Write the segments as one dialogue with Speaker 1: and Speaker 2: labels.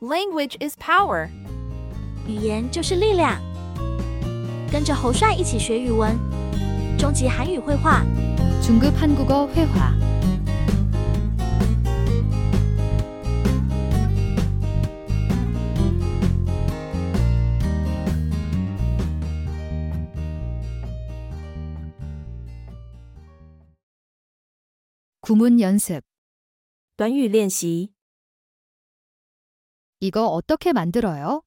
Speaker 1: Language is power.
Speaker 2: 语言就是力量。跟着侯帅一起学语文，终极韩语绘画。
Speaker 3: 중급 한국어 회화 구문 연습
Speaker 1: 短语练习：
Speaker 3: 이거 어떻게 만들어요?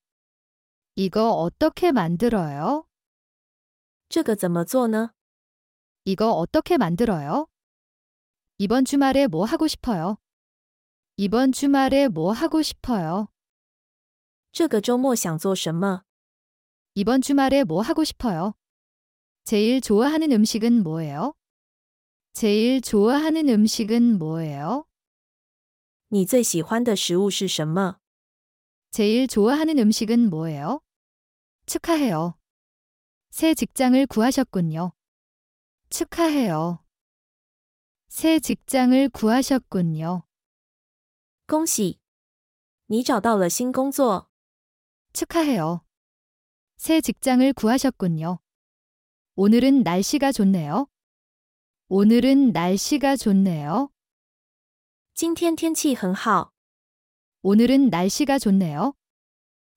Speaker 3: 이거 어떻게 만들어요?
Speaker 1: 这个怎么做呢？
Speaker 3: 이거 어떻게 만들어요? 이번 주말에 뭐 하고 싶어요? 이번 주말에 뭐 하고 싶어요?
Speaker 1: 这个周末想做什么？
Speaker 3: 이번 주말에 뭐 하고 싶어요? 제일 좋아하는 음식은 뭐예요? 제일 좋아하는 음식은 뭐예요?
Speaker 1: 你最喜欢的食物是什么？
Speaker 3: 제일 좋아하는 음식은 뭐예요? 축하해요. 새 직장을 구하셨군요. 축하해요. 새 직장을 구하셨군요.
Speaker 1: 恭喜，你找到了新工作。
Speaker 3: 축하해요. 새 직장을 구하셨군요. 오늘은 날씨가 좋네요. 오늘은 날씨가 좋네요.
Speaker 1: 今天天气很好，
Speaker 3: 오늘은 날씨가 좋네요.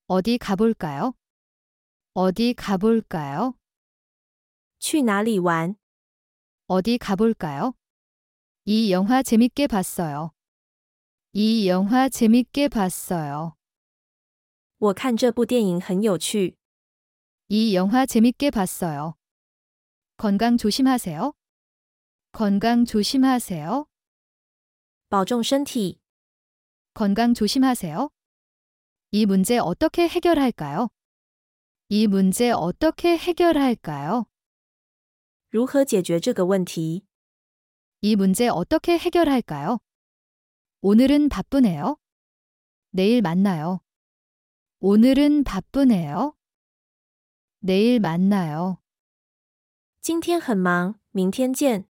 Speaker 3: 어디 가볼까요? 어디 가볼까요?
Speaker 1: 去哪里玩？
Speaker 3: 어디 가볼까요? 이 영화 재밌게 봤어요. 이 영화 재밌게 봤어요.
Speaker 1: 我看这部电影很有趣。
Speaker 3: 이 영화 재밌게 봤어요. 건강 조심하세요. 건강 조심하세요.
Speaker 1: 保重身体，
Speaker 3: 건강 조심하세요. 이 문제 어떻게 해결할까요? 이 문제 어떻게 해결할까요?
Speaker 1: 如何解决这个问题？
Speaker 3: 이 문제 어떻게 해결할까요? 오늘은 바쁘네요. 내일 만나요. 오늘은 바쁘네요. 내일 만나요.
Speaker 1: 今天很忙，明天见。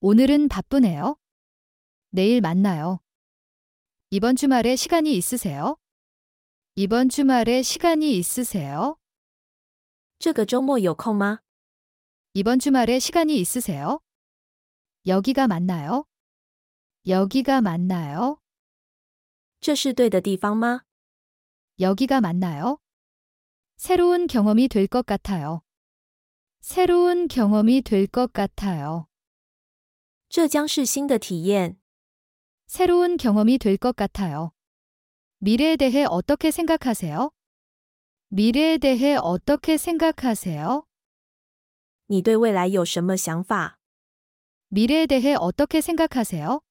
Speaker 3: 오늘은 바쁘네요. 내일 만나요. 이번 주말에 시간이 있으세요? 이번 주말에 시간이 있으세요?
Speaker 1: 这个周末有空吗？
Speaker 3: 이번 주말에 시간이 있으세요? 여기가 맞나요? 여기가 맞나요?
Speaker 1: 这是对的地方吗？
Speaker 3: 여기가 맞나요? 새로운 경험이 될 것 같아요. 새로운 경험이 될 것 같아요.
Speaker 1: 这将是新的体验。
Speaker 3: 새로운 경험이 될 것 같아요. 미래에 대해 어떻게 생각하세요? 미래에 대해 어떻게 생각하세요?
Speaker 1: 你对未来有什么想法？
Speaker 3: 미래에 대해 어떻게 생각하세요?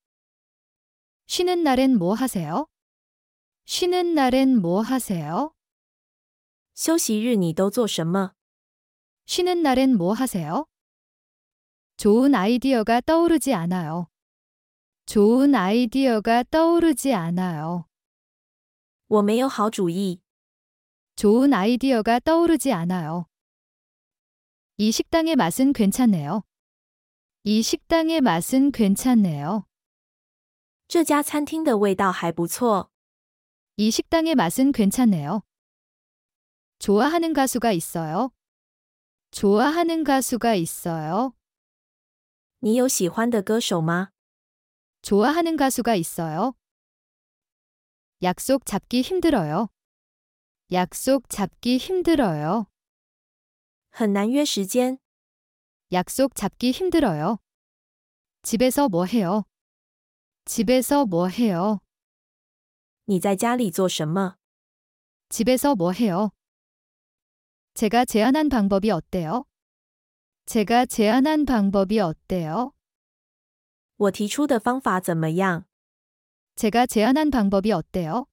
Speaker 3: 쉬는 날엔 뭐 하세요? 쉬는 날엔 뭐 하세요?
Speaker 1: 休息日你都做什么？
Speaker 3: 쉬는 날엔 뭐 하세요? 좋은 아이디어가 떠오르지 않아요. 좋은 아이디어가 떠오르지 않아요.
Speaker 1: 我没有好主意。
Speaker 3: 좋은 아이디어가 떠오르지 않아요. 이 식당의 맛은 괜찮네요. 이 식당의 맛은 괜찮네요.
Speaker 1: 这家餐厅的味道还不错。
Speaker 3: 이 식당의 맛은 괜찮네요. 좋아하는 가수가 있어요. 좋아하는 가수가 있어요.
Speaker 1: 你有喜欢的歌手吗？
Speaker 3: 좋아하는 가수가 있어요. 약속 잡기 힘들어요. 약속 잡기 힘들어요.
Speaker 1: 很难约时间。
Speaker 3: 약속 잡기 힘들어요. 집에서 뭐 해요? 집에서 뭐 해요?
Speaker 1: 你在家里做什么？
Speaker 3: 집에서 뭐 해요? 제가 제안한 방법이 어때요? 제가 제안한 방법이 어때요?
Speaker 1: 我提出的方法怎么样？
Speaker 3: 제가 제안한 방법이 어때요?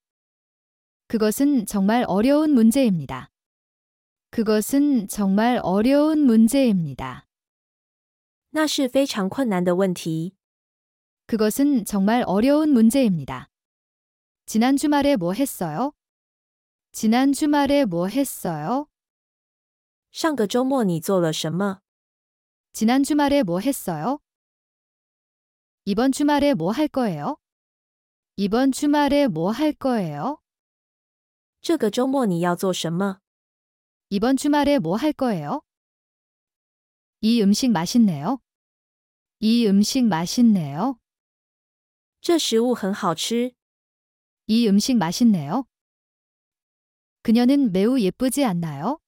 Speaker 3: 그것은 정말 어려운 문제입니다. 그것은 정말 어려운 문제입니다.
Speaker 1: 那是非常困难的问题。
Speaker 3: 그것은 정말 어려운 문제입니다. 지난 주말에 뭐 했어요? 지난 주말에 뭐 했어요?
Speaker 1: 上个周末你做了什么？
Speaker 3: 지난 주말에 뭐 했어요? 이번 주말에 뭐 할 거예요? 이번 주말에 뭐 할 거예요?
Speaker 1: 这个周末你要做什么？
Speaker 3: 이번 주말에 뭐 할 거예요? 이 음식 맛있네요. 이 음식 맛있네요.
Speaker 1: 这食物很好吃，
Speaker 3: 이 음식 맛있네요. 그녀는 매우 예쁘지 않나요?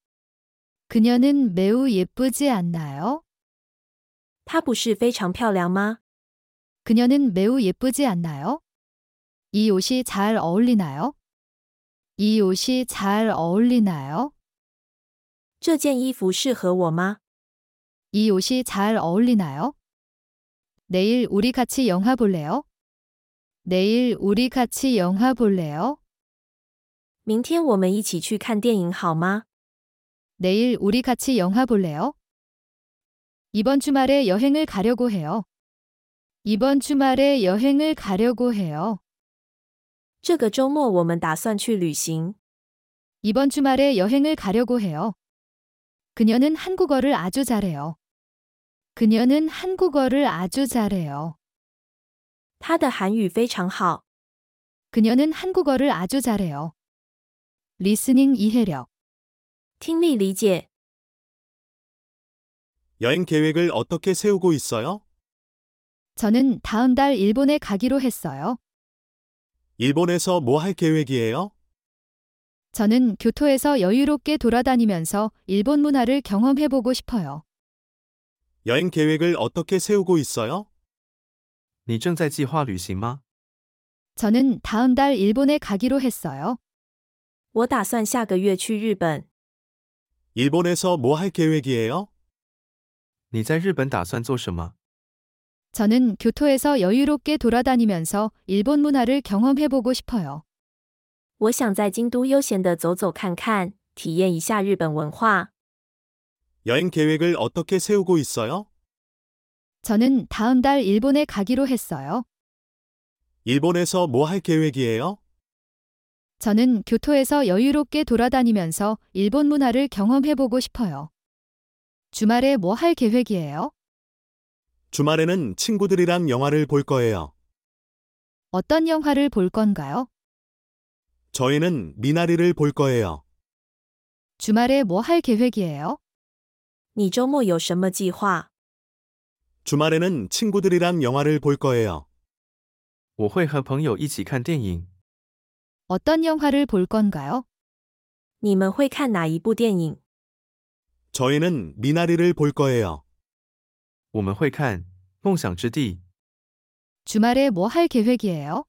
Speaker 3: 그녀는 매우 예쁘지 않나요?
Speaker 1: 她不是非常漂亮吗？
Speaker 3: 그녀는 매우 예쁘지 않나요? 이 옷이 잘 어울리나요? 이 옷이 잘 어울리나요?
Speaker 1: 这件衣服适合我吗？
Speaker 3: 이 옷이 잘 어울리나요? 내일 우리 같이 영화 볼래요? 내일 우리 같이 영화 볼래요?
Speaker 1: 明天我们一起去看电影好吗？
Speaker 3: 내일 우리 같이 영화 볼래요? 이번 주말에 여행을 가려고 해요. 이번 주말에 여행을 가려고 해요.
Speaker 1: 这个周末我们打算去旅行，
Speaker 3: 이번 주말에 여행을 가려고 해요. 그녀는 한국어를 아주 잘해요. 그녀는 한국어를 아주 잘해요.
Speaker 1: 她的韩语非常好，
Speaker 3: 그녀는 한국어를 아주 잘해요. 리스닝 이해력.
Speaker 1: 听力理解。
Speaker 4: 여행 계획을 어떻게 세우고 있어요?
Speaker 3: 저는 다음 달 일본에 가기로 했어요.
Speaker 4: 일본에서 뭐 할 계획이에요?
Speaker 3: 저는 교토에서 여유롭게 돌아다니면서 일본 문화를 경험해보고 싶어요.
Speaker 4: 여행 계획을 어떻게 세우고 있어요?
Speaker 5: 你正在计划旅行吗？
Speaker 3: 저는 다음 달 일본에 가기로 했어요.
Speaker 1: 我打算下个月去日本，
Speaker 4: 일본에서 뭐 할 계획이에요?
Speaker 5: 你在日本打算做什么？
Speaker 3: 저는 교토에서 여유롭게 돌아다니면서 일본 문화를 경험해보고 싶어요.
Speaker 1: 我想在京都悠闲的走走看看，体验一下日本文化。
Speaker 4: 여행 계획을 어떻게 세우고 있어요?
Speaker 3: 저는 다음 달 일본에 가기로 했어요.
Speaker 4: 일본에서 뭐 할 계획이에요?
Speaker 3: 저는 교토에서 여유롭게 돌아다니면서 일본 문화를 경험해보고 싶어요. 주말에 뭐 할 계획이에요?
Speaker 4: 주말에는 친구들이랑 영화를 볼 거예요.
Speaker 3: 어떤 영화를 볼 건가요?
Speaker 4: 저희는 미나리를 볼 거예요.
Speaker 3: 주말에 뭐 할 계획이에요?
Speaker 1: 你周末有什么计划？
Speaker 4: 주말에는 친구들이랑 영화를 볼 거예요.
Speaker 5: 我会和朋友一起看电影。
Speaker 3: 어떤 영화를 볼 건가요?
Speaker 1: 你们会看哪一部电影？
Speaker 4: 저희는 미나리를 볼 거예요.
Speaker 5: 我们会看《梦想之地》。
Speaker 3: 주말에 뭐 할 계획이에요?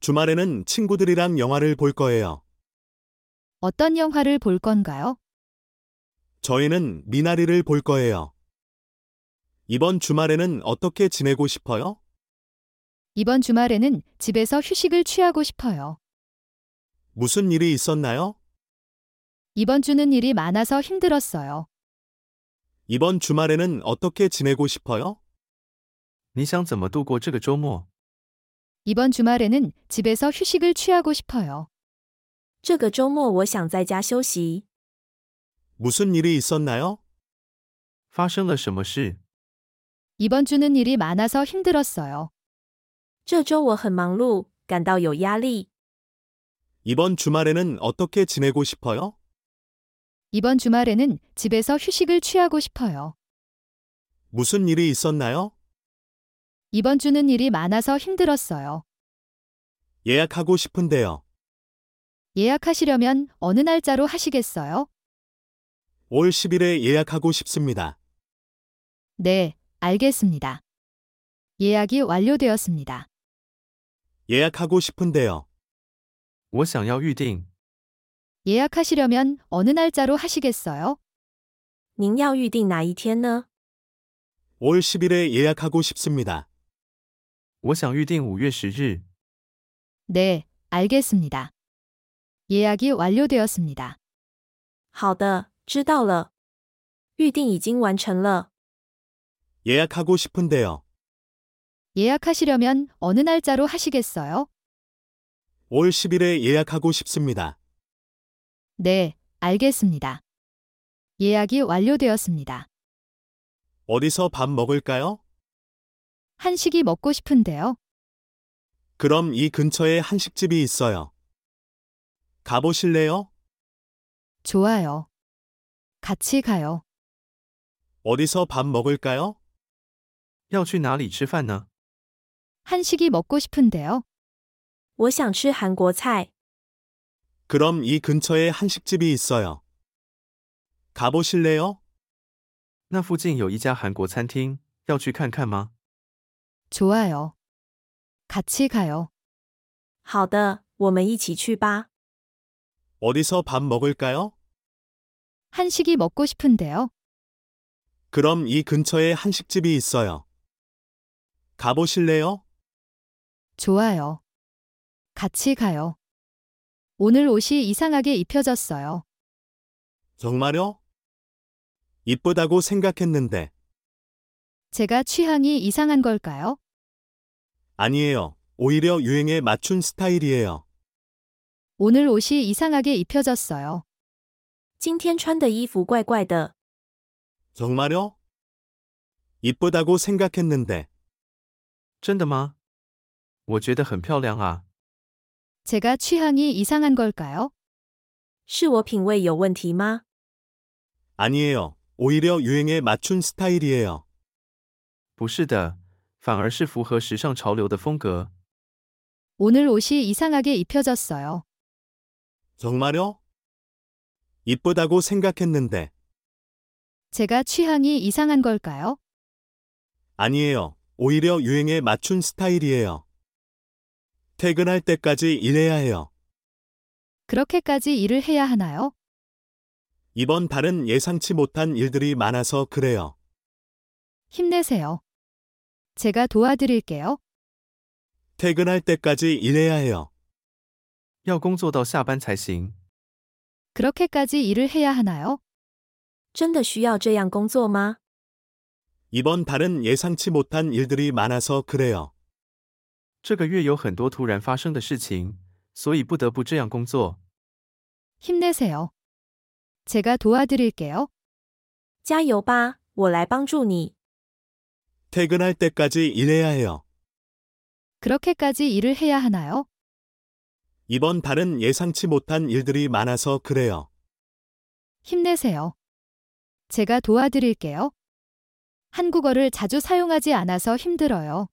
Speaker 4: 주말에는 친구들이랑 영화를 볼 거예요.
Speaker 3: 어떤 영화를 볼 건가요?
Speaker 4: 저희는 미나리를 볼 거예요. 이번 주말에는 어떻게 지내고 싶어요?
Speaker 3: 이번 주말에는 집에서 휴식을 취하고 싶어요.
Speaker 4: 무슨 일이 있었나요?
Speaker 3: 이번 주는 일이 많아서 힘들었어요.
Speaker 4: 이번 주말에는 어떻게 지내고 싶어요?
Speaker 5: 你想怎么度过这个周末？
Speaker 3: 이번 주말에는 집에서 휴식을 취하고 싶어요.
Speaker 1: 这个周末我想在家休息。
Speaker 4: 무슨 일이 있었나요?
Speaker 5: 发生了什么事？
Speaker 3: 이번 주는 일이 많아서 힘들었어요.
Speaker 1: 这周我很忙碌，感到有压力。
Speaker 4: 이번 주말에는 어떻게 지내고 싶어요?
Speaker 3: 이번 주말에는 집에서 휴식을 취하고 싶어요.
Speaker 4: 무슨 일이 있었나요?
Speaker 3: 이번 주는 일이 많아서 힘들었어요.
Speaker 4: 예약하고 싶은데요.
Speaker 3: 예약하시려면 어느 날짜로 하시겠어요?
Speaker 4: 5월 10일에 예약하고 싶습니다.
Speaker 3: 네, 알겠습니다. 예약이 완료되었습니다.
Speaker 4: 예약하고 싶은데요.
Speaker 5: 我想要预定。
Speaker 3: 예약하시려면 어느 날짜로 하시겠어요?
Speaker 1: 您要预定哪一天呢？
Speaker 4: 5월 10일에 예약하고 싶습니다.
Speaker 5: 我想预定五月十日。
Speaker 3: 네, 알겠습니다. 예약이 완료되었습니다.
Speaker 1: 好的，知道了。预定已经完成了。
Speaker 4: 예약하고 싶은데요.
Speaker 3: 예약하시려면 어느 날짜로 하시겠어요?
Speaker 4: 5월 10일에 예약하고 싶습니다.
Speaker 3: 네, 알겠습니다. 예약이 완료되었습니다.
Speaker 4: 어디서 밥 먹을까요?
Speaker 3: 한식이 먹고 싶은데요.
Speaker 4: 그럼 이 근처에 한식집이 있어요. 가보실래요?
Speaker 3: 좋아요. 같이 가요.
Speaker 4: 어디서 밥 먹을까요?
Speaker 5: 要去哪里吃饭呢？
Speaker 3: 한식이 먹고 싶은데요.
Speaker 1: 我想吃韩国菜。
Speaker 4: 그럼 이 근처에 한식집이 있어요. 가보실래요?
Speaker 5: 那附近有一家韩国餐厅，要去看看吗？
Speaker 3: 좋아요. 같이 가요.
Speaker 1: 好的，我们一起去吧。
Speaker 4: 어디서 밥 먹을까요?
Speaker 3: 한식이 먹고 싶은데요.
Speaker 4: 그럼 이 근처에 한식집이 있어요. 가보실래요?
Speaker 3: 좋아요. 같이 가요. 오늘 옷이 이상하게 입혀졌어요.
Speaker 4: 정말요? 이쁘다고 생각했는데
Speaker 3: 제가 취향이 이상한 걸까요?
Speaker 4: 아니에요. 오히려 유행에 맞춘 스타일이에요.
Speaker 3: 오늘 옷이 이상하게 입혀졌어요.
Speaker 1: 今天穿的衣服怪怪的，
Speaker 4: 정말요? 이쁘다고 생각했는데
Speaker 5: 真的吗？我觉得很漂亮啊。
Speaker 3: 제가 취향이 이상한 걸까요?
Speaker 1: 是我品味有问题吗？
Speaker 4: 아니에요. 오히려 유행에 맞춘 스타일이에요.
Speaker 5: 不是的，反而是符合时尚潮流的风格。
Speaker 3: 오늘 옷이 이상하게 입혀졌어요.
Speaker 4: 정말요? 이쁘다고 생각했는데
Speaker 3: 제가 취향이 이상한 걸까요?
Speaker 4: 아니에요. 오히려 유행에 맞춘 스타일이에요. 퇴근할 때까지 일해야 해요.
Speaker 3: 그렇게까지 일을 해야 하나요?
Speaker 4: 이번 달은 예상치 못한 일들이 많아서 그래요.
Speaker 3: 힘내세요. 제가 도와드릴게요.
Speaker 4: 퇴근할 때까지 일해야 해요.
Speaker 5: 要工作到下班才行。
Speaker 3: 그렇게까지 일을 해야 하나요?
Speaker 1: 真的需要这样工作吗？
Speaker 4: 이번 달은 예상치 못한 일들이 많아서 그래요.
Speaker 5: 这个月有很多突然发生的事情，所以不得不这样工作。
Speaker 3: 힘내세요. 제가 도와드릴게요.
Speaker 1: 加油吧，我来帮助你。
Speaker 4: 퇴근할 때까지 일해야 해요.
Speaker 3: 그렇게까지 일을 해야 하나요?
Speaker 4: 이번 달은 예상치 못한 일들이 많아서 그래요.
Speaker 3: 힘내세요. 제가 도와드릴게요. 한국어를 자주 사용하지 않아서 힘들어요.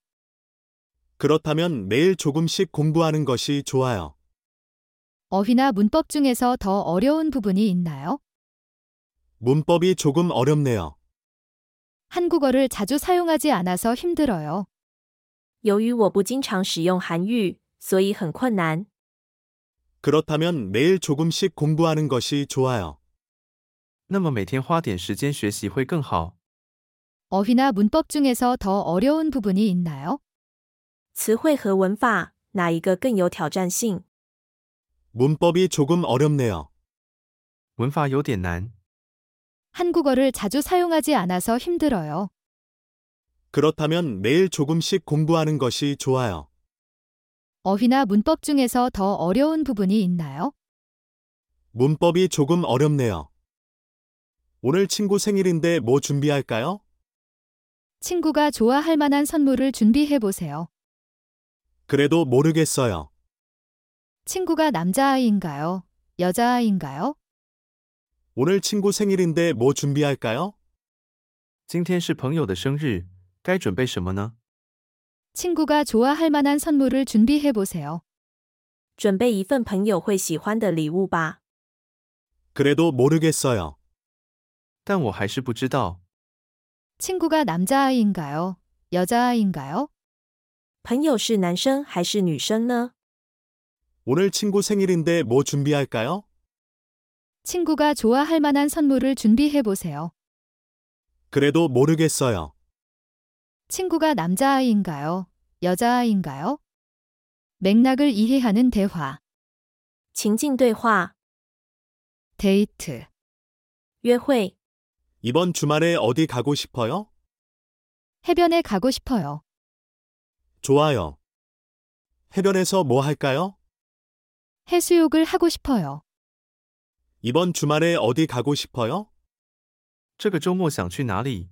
Speaker 4: 그렇다면 매일 조금씩 공부하는 것이 좋아요.
Speaker 3: 어휘나 문법 중에서 더 어려운 부분이 있나요?
Speaker 4: 문법이 조금 어렵네요.
Speaker 3: 한국어를 자주 사용하지 않아서 힘들어요.
Speaker 1: 由于我不经常使用韩语，所以很困难。
Speaker 4: 그렇다면 매일 조금씩 공부하는 것이 좋아요.
Speaker 5: 那么每天花点时间学习会更好。
Speaker 3: 어휘나 문법 중에서 더 어려운 부분이 있나요?
Speaker 1: 词汇和文法哪一个更有挑战性？
Speaker 4: 문법이 조금 어렵네요.
Speaker 5: 文法有点难，
Speaker 3: 한국어를 자주 사용하지 않아서 힘들어요.
Speaker 4: 그렇다면 매일 조금씩 공부하는 것이 좋아요.
Speaker 3: 어휘나 문법 중에서 더 어려운 부분이 있나요?
Speaker 4: 문법이 조금 어렵네요. 오늘 친구 생일인데 뭐 준비할까요?
Speaker 3: 친구가 좋아할 만한 선물을 준비해 보세요.
Speaker 4: 그래도 모르겠어요.
Speaker 3: 친구가 남자아이인가요? 여자아이인가요?
Speaker 4: 오늘 친구 생일인데 뭐 준비할까요?
Speaker 5: 今天是朋友的生日，该准备什么呢？
Speaker 3: 친구가 좋아할 만한 선물을 준비해 보세요.
Speaker 1: 准备一份朋友会喜欢的礼物吧。
Speaker 4: 그래도 모르겠어요.
Speaker 5: 但我还是不知道。
Speaker 3: 친구가 남자아이인가요? 여자아이인가요?
Speaker 1: 朋友是男生还是女生呢？
Speaker 4: 오늘 친구 생일인데 뭐 준비할까요?
Speaker 3: 친구가 좋아할 만한 선물을 준비해 보세요.
Speaker 4: 그래도 모르겠어요.
Speaker 3: 친구가 남자아이인가요? 여자아이인가요? 맥락을 이해하는 대화,
Speaker 1: 情境对话、
Speaker 3: 데이트.
Speaker 1: 约会、
Speaker 4: 이번 주말에 어디 가고 싶어요?
Speaker 3: 해변에 가고 싶어요.
Speaker 4: 좋아요. 해변에서 뭐 할까요?
Speaker 3: 해수욕을 하고 싶어요.
Speaker 4: 이번 주말에 어디 가고 싶어요?
Speaker 5: 这个周末想去哪里？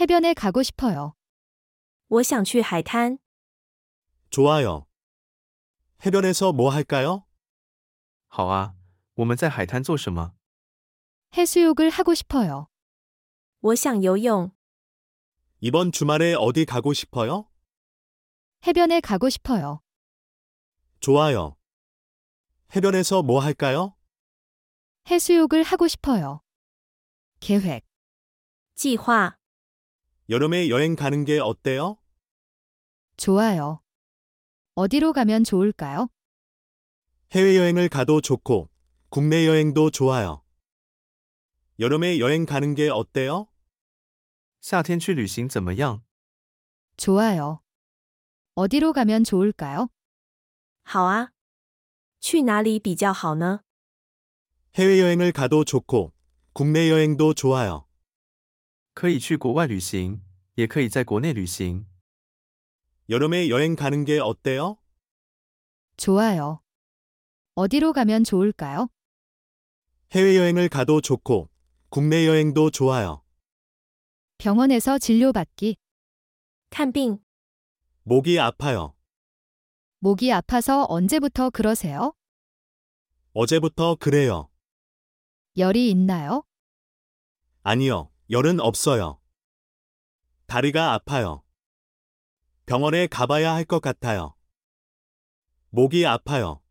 Speaker 3: 해변에 가고 싶어요.
Speaker 1: 我想去海滩，
Speaker 4: 좋아요. 해변에서 뭐 할까요?
Speaker 5: 好啊，我们在海滩做什么？
Speaker 3: 해수욕을 하고 싶어요.
Speaker 1: 我想游泳。
Speaker 4: 이번 주말에 어디 가고 싶어요?
Speaker 3: 해변에 가고 싶어요.
Speaker 4: 좋아요. 해변에서 뭐 할까요?
Speaker 3: 해수욕을 하고 싶어요. 계획.
Speaker 1: 计划
Speaker 4: 여름에 여행 가는 게 어때요?
Speaker 3: 좋아요. 어디로 가면 좋을까요?
Speaker 4: 해외여행을 가도 좋고, 국내 여행도 좋아요. 여름에 여행 가는 게 어때요?
Speaker 5: 夏天去旅行怎么样？
Speaker 3: 좋아요. 어디로 가면 좋을까요?
Speaker 1: 好啊。去哪里比较好呢？
Speaker 4: 해외여행을 가도 좋고, 국내 여행도 좋아요.
Speaker 5: 可以去国外旅行，也可以在国内旅行。
Speaker 4: 여름에 여행 가는 게 어때요?
Speaker 3: 좋아요. 어디로 가면 좋을까요?
Speaker 4: 해외여행을 가도 좋고, 국내 여행도 좋아요.
Speaker 3: 병원에서 진료받기.
Speaker 1: 看病
Speaker 4: 목이 아파요.
Speaker 3: 목이 아파서 언제부터 그러세요?
Speaker 4: 어제부터 그래요.
Speaker 3: 열이 있나요?
Speaker 4: 아니요, 열은 없어요. 다리가 아파요. 병원에 가봐야 할 것 같아요. 목이 아파요.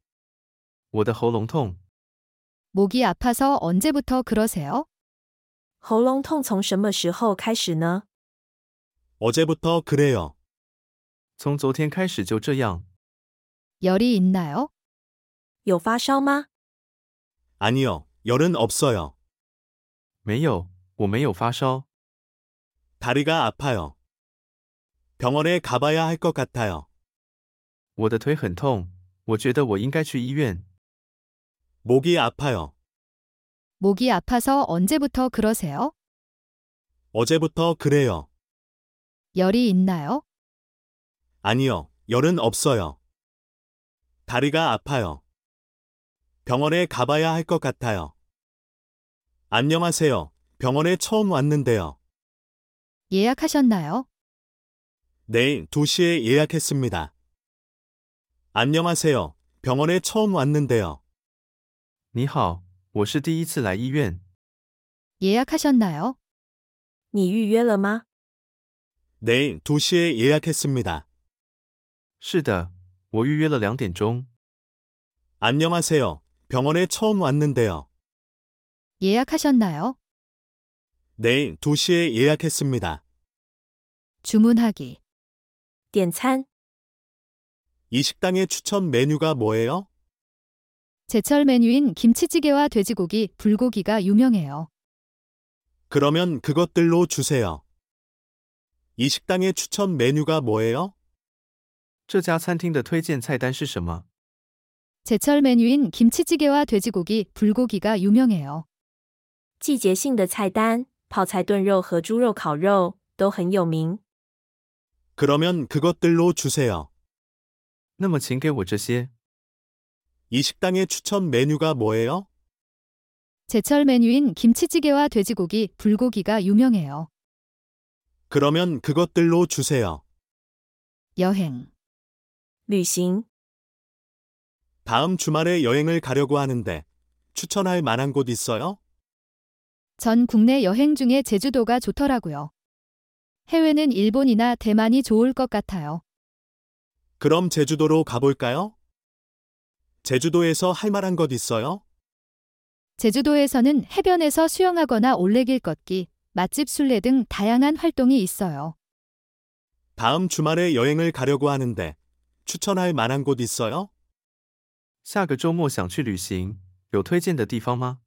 Speaker 5: 我的喉咙痛，
Speaker 3: 목이 아파서 언제부터 그러세요?
Speaker 1: 喉咙痛从什么时候开始呢？
Speaker 4: 어제부터 그래요.
Speaker 5: 从昨天开始就这样。
Speaker 3: 열이 있나요?
Speaker 1: 有发烧吗？
Speaker 4: 아니요, 열은 없어요.
Speaker 5: 没有，我没有发烧，
Speaker 4: 다리가 아파요. 병원에 가봐야 할 것 같아요.
Speaker 5: 我的腿很痛，我觉得我应该去医院。
Speaker 4: 목이 아파요.
Speaker 3: 목이 아파서 언제부터 그러세요?
Speaker 4: 어제부터 그래요.
Speaker 3: 열이 있나요?
Speaker 4: 아니요, 열은 없어요. 다리가 아파요. 병원에 가봐야 할 것 같아요. 안녕하세요. 병원에 처음 왔는데요.
Speaker 3: 예약하셨나요?
Speaker 4: 내일 2시에 예약했습니다. 안녕하세요. 병원에 처음 왔는데요.
Speaker 5: 你好，我是第一次来医院，
Speaker 3: 예약하셨나요?
Speaker 1: 你预约了吗？
Speaker 4: 내일 2시에 예약했습니다.
Speaker 5: 是的，我预约了两点钟。
Speaker 4: 안녕하세요. 병원에 처음 왔는데요.
Speaker 3: 예약하셨나요?
Speaker 4: 내일 2시에 예약했습니다.
Speaker 3: 주문하기.
Speaker 1: 点餐
Speaker 4: 이 식당의 추천 메뉴가 뭐예요?
Speaker 3: 제철 메뉴인 김치찌개와 돼지고기, 불고기가 유명해요.
Speaker 4: 그러면 그것들로 주세요. 이 식당의 추천 메뉴가 뭐예요?
Speaker 5: 这家餐厅的推荐菜单是什么？
Speaker 3: 제철 메뉴인 김치찌개와 돼지고기, 불고기가 유명해요.
Speaker 1: 季节性的菜单，泡菜炖肉和猪肉烤肉都很有名。
Speaker 4: 그러면 그것들로 주세요.
Speaker 5: 那么请给我这些。
Speaker 4: 이 식당의 추천 메뉴가 뭐예요?
Speaker 3: 제철 메뉴인 김치찌개와 돼지고기, 불고기가 유명해요.
Speaker 4: 그러면 그것들로 주세요.
Speaker 3: 여행.
Speaker 1: 旅行，
Speaker 4: 다음 주말에 여행을 가려고 하는데 추천할 만한 곳 있어요?
Speaker 3: 전 국내 여행 중에 제주도가 좋더라고요. 해외는 일본이나 대만이 좋을 것 같아요.
Speaker 4: 그럼 제주도로 가볼까요? 제주도에서 할 만한 것 있어요?
Speaker 3: 제주도에서는 해변에서 수영하거나 올레길 걷기, 맛집 순례 등 다양한 활동이 있어요.
Speaker 4: 다음 주말에 여행을 가려고 하는데 추천할 만한 곳 있어요?
Speaker 5: 下个周末想去旅行，有推荐的地方吗？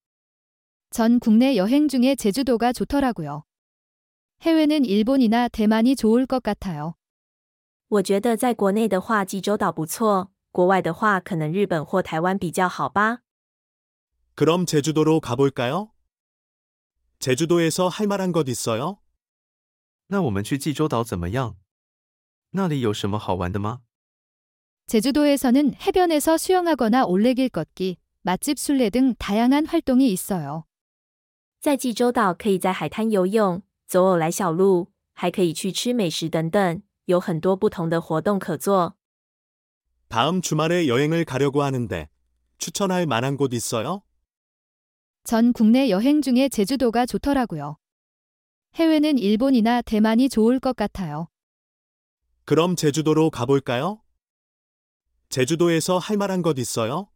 Speaker 3: 전 국내 여행 중에 제주도가 좋더라고요. 해외는 일본이나 대만이 좋을 것 같아요.
Speaker 1: 我觉得在国内的话济州岛不错，国外的话可能日本或台湾比较好吧。
Speaker 4: 그럼 제주도로 가볼까요? 제주도에서 할 만한 것 있어요?
Speaker 5: 那我们去济州岛怎么样？那里有什么好玩的吗？
Speaker 3: 제주도에서는 해변에서 수영하거나 올레길 걷기, 맛집 순례 등 다양한 활동이 있어요.
Speaker 1: 在济州岛可以在海滩游泳、走偶来小路，还可以去吃美食等等，有很多不同的活动可做。
Speaker 4: 다음 주말에 여행을 가려고 하는데 추천할 만한 곳 있어요?
Speaker 3: 전 국내 여행 중에 제주도가 좋더라고요. 해외는 일본이나 대만이 좋을 것 같아요.
Speaker 4: 그럼 제주도로 가볼까요? 제주도에서 할 만한 것 있어요?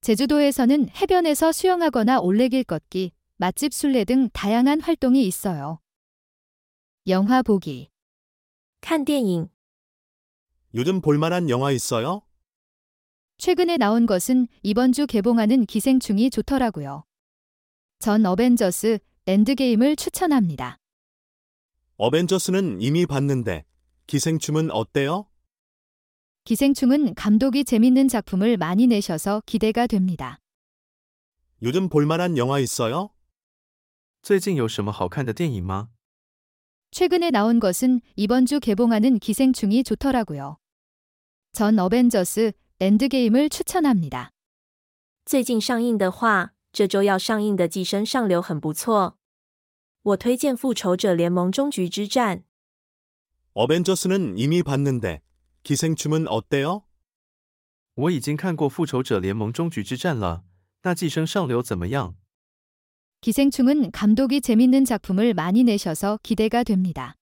Speaker 3: 제주도에서는 해변에서 수영하거나 올레길 걷기, 맛집 순례 등 다양한 활동이 있어요. 영화 보기.
Speaker 1: 看电影、
Speaker 4: 요즘 볼만한 영화 있어요?
Speaker 3: 최근에 나온 것은 이번 주 개봉하는 기생충이 좋더라고요. 전 어벤져스 엔드게임을 추천합니다.
Speaker 4: 어벤져스는 이미 봤는데 기생충은 어때요?
Speaker 3: 기생충은 감독이 재밌는 작품을 많이 내셔서 기대가 됩니다.
Speaker 4: 요즘 볼만한 영화 있어요?
Speaker 5: 最近有什么好看的电影吗？
Speaker 3: 최근에 나온 것은 이번 주 개봉하는 기생충이 좋더라고요. 전 어벤져스 엔드게임을 추천합니다.
Speaker 1: 最近上映的话，这周要上映的《寄生上流》很不错，我推荐《复仇者联盟：终局之战》。
Speaker 4: 어벤져스는 이미 봤는데 기생충은 어때요?
Speaker 5: 我已经看过《复仇者联盟：终局之战》了，那《寄生上流》怎么样？
Speaker 3: 기생충은 감독이 재밌는 작품을 많이 내셔서 기대가 됩니다.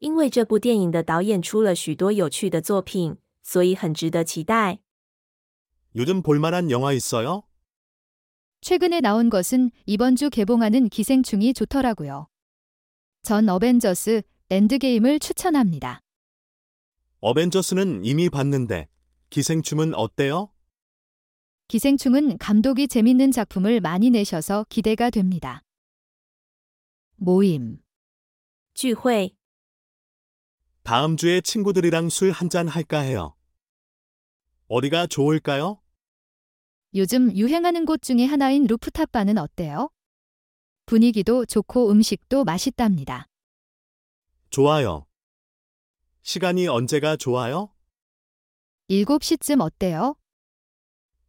Speaker 1: 因为这部电影的导演出了许多有趣的作品，所以很值得期待。
Speaker 4: 요즘 볼만한 영화 있어요?
Speaker 3: 최근에 나온 것은 이번 주 개봉하는 기생충이 좋더라고요. 전 어벤져스 엔드게임을 추천합니다.
Speaker 4: 어벤져스는 이미 봤는데 기생충은 어때요?
Speaker 3: 기생충은 감독이 재밌는 작품을 많이 내셔서 기대가 됩니다. 모임
Speaker 1: 聚会，
Speaker 4: 다음 주에 친구들이랑 술 한잔 할까 해요. 어디가 좋을까요?
Speaker 3: 요즘 유행하는 곳 중에 하나인 루프탑 바는 어때요? 분위기도 좋고 음식도 맛있답니다.
Speaker 4: 좋아요. 시간이 언제가 좋아요?
Speaker 3: 7시쯤 어때요?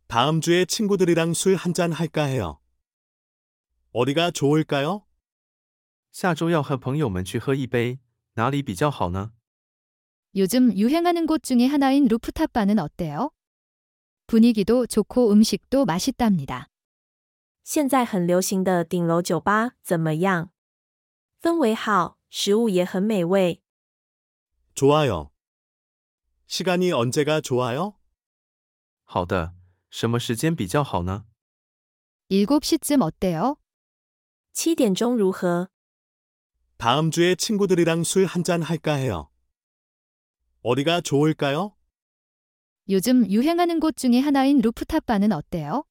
Speaker 4: 다음 주에 친구들이랑 술 한잔 할까 해요. 어디가 좋을까요?
Speaker 5: 下周要和朋友们去喝一杯，哪里比较好呢？
Speaker 3: 요즘 유행하는 곳 중에 하나인 루프탑 바는 어때요? 분위기도 좋고 음식도 맛있답니다.
Speaker 1: 现在很流行的顶楼酒吧怎么样？氛围好，食物也很美味。
Speaker 4: 좋아요. 시간이 언제가 좋아요?
Speaker 5: 好的，什么时间比较好呢？
Speaker 3: 7시쯤 어때요?
Speaker 1: 七点钟如何？
Speaker 4: 다음 주에 친구들이랑 술 한잔 할까 해요. 어디가 좋을까요?
Speaker 3: 요즘 유행하는 곳 중에 하나인 루프탑 바는 어때요?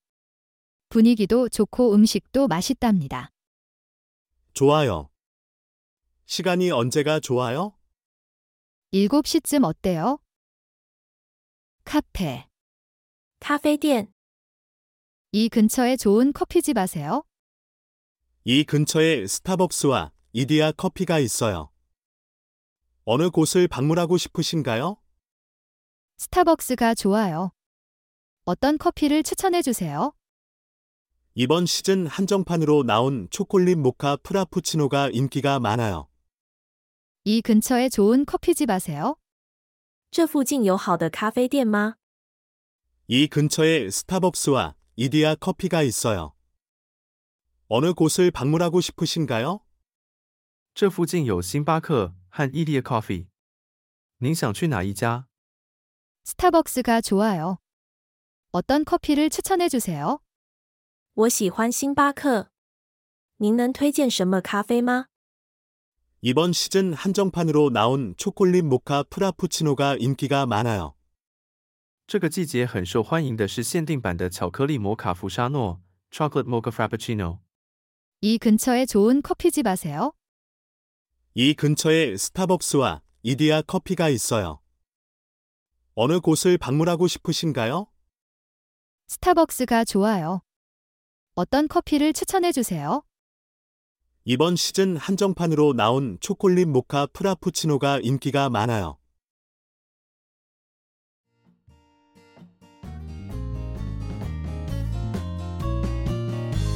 Speaker 3: 분위기도 좋고 음식도 맛있답니다.
Speaker 4: 좋아요. 시간이 언제가 좋아요?
Speaker 3: 7시쯤 어때요? 카페.
Speaker 1: 咖啡店、
Speaker 3: 이 근처에 좋은 커피집 아세요?
Speaker 4: 이 근처에 스타벅스와 이디야 커피가 있어요. 어느 곳을 방문하고 싶으신가요?
Speaker 3: 스타벅스가 좋아요. 어떤 커피를 추천해 주세요?
Speaker 4: 이번 시즌 한정판으로 나온 초콜릿 모카 프라푸치노가 인기가 많아요.
Speaker 3: 이 근처에 좋은 커피집 아세요?
Speaker 1: 这附近有好的咖啡店吗？
Speaker 4: 이 근처에 스타벅스와 이디야 커피가 있어요. 어느 곳을 방문하고 싶으신가요?
Speaker 5: 这附近有星巴克和伊利 Coffee，您想去哪一家？
Speaker 3: 스타벅스가 좋아요. 어떤 커피를 추천해 주세요?
Speaker 1: 我喜欢星巴克。您能推荐什么咖啡吗？
Speaker 4: 이번 시즌 한정판으로 나온 초콜릿 모카 프라푸치노가 인기가 많아요.
Speaker 5: 这个季节很受欢迎的是限定版的巧克力摩卡福沙诺 （Chocolate Mocha Frappuccino）。
Speaker 3: 이 근처에 좋은 커피집 아세요?
Speaker 4: 이 근처에 스타벅스와 이디야 커피가 있어요. 어느 곳을 방문하고 싶으신가요?
Speaker 3: 스타벅스가 좋아요. 어떤 커피를 추천해 주세요?
Speaker 4: 이번 시즌 한정판으로 나온 초콜릿 모카 프라푸치노가 인기가 많아요.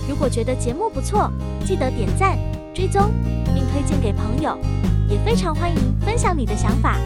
Speaker 2: 如果觉得节目不错，记得点赞、追踪，并推荐给朋友。也非常欢迎分享你的想法。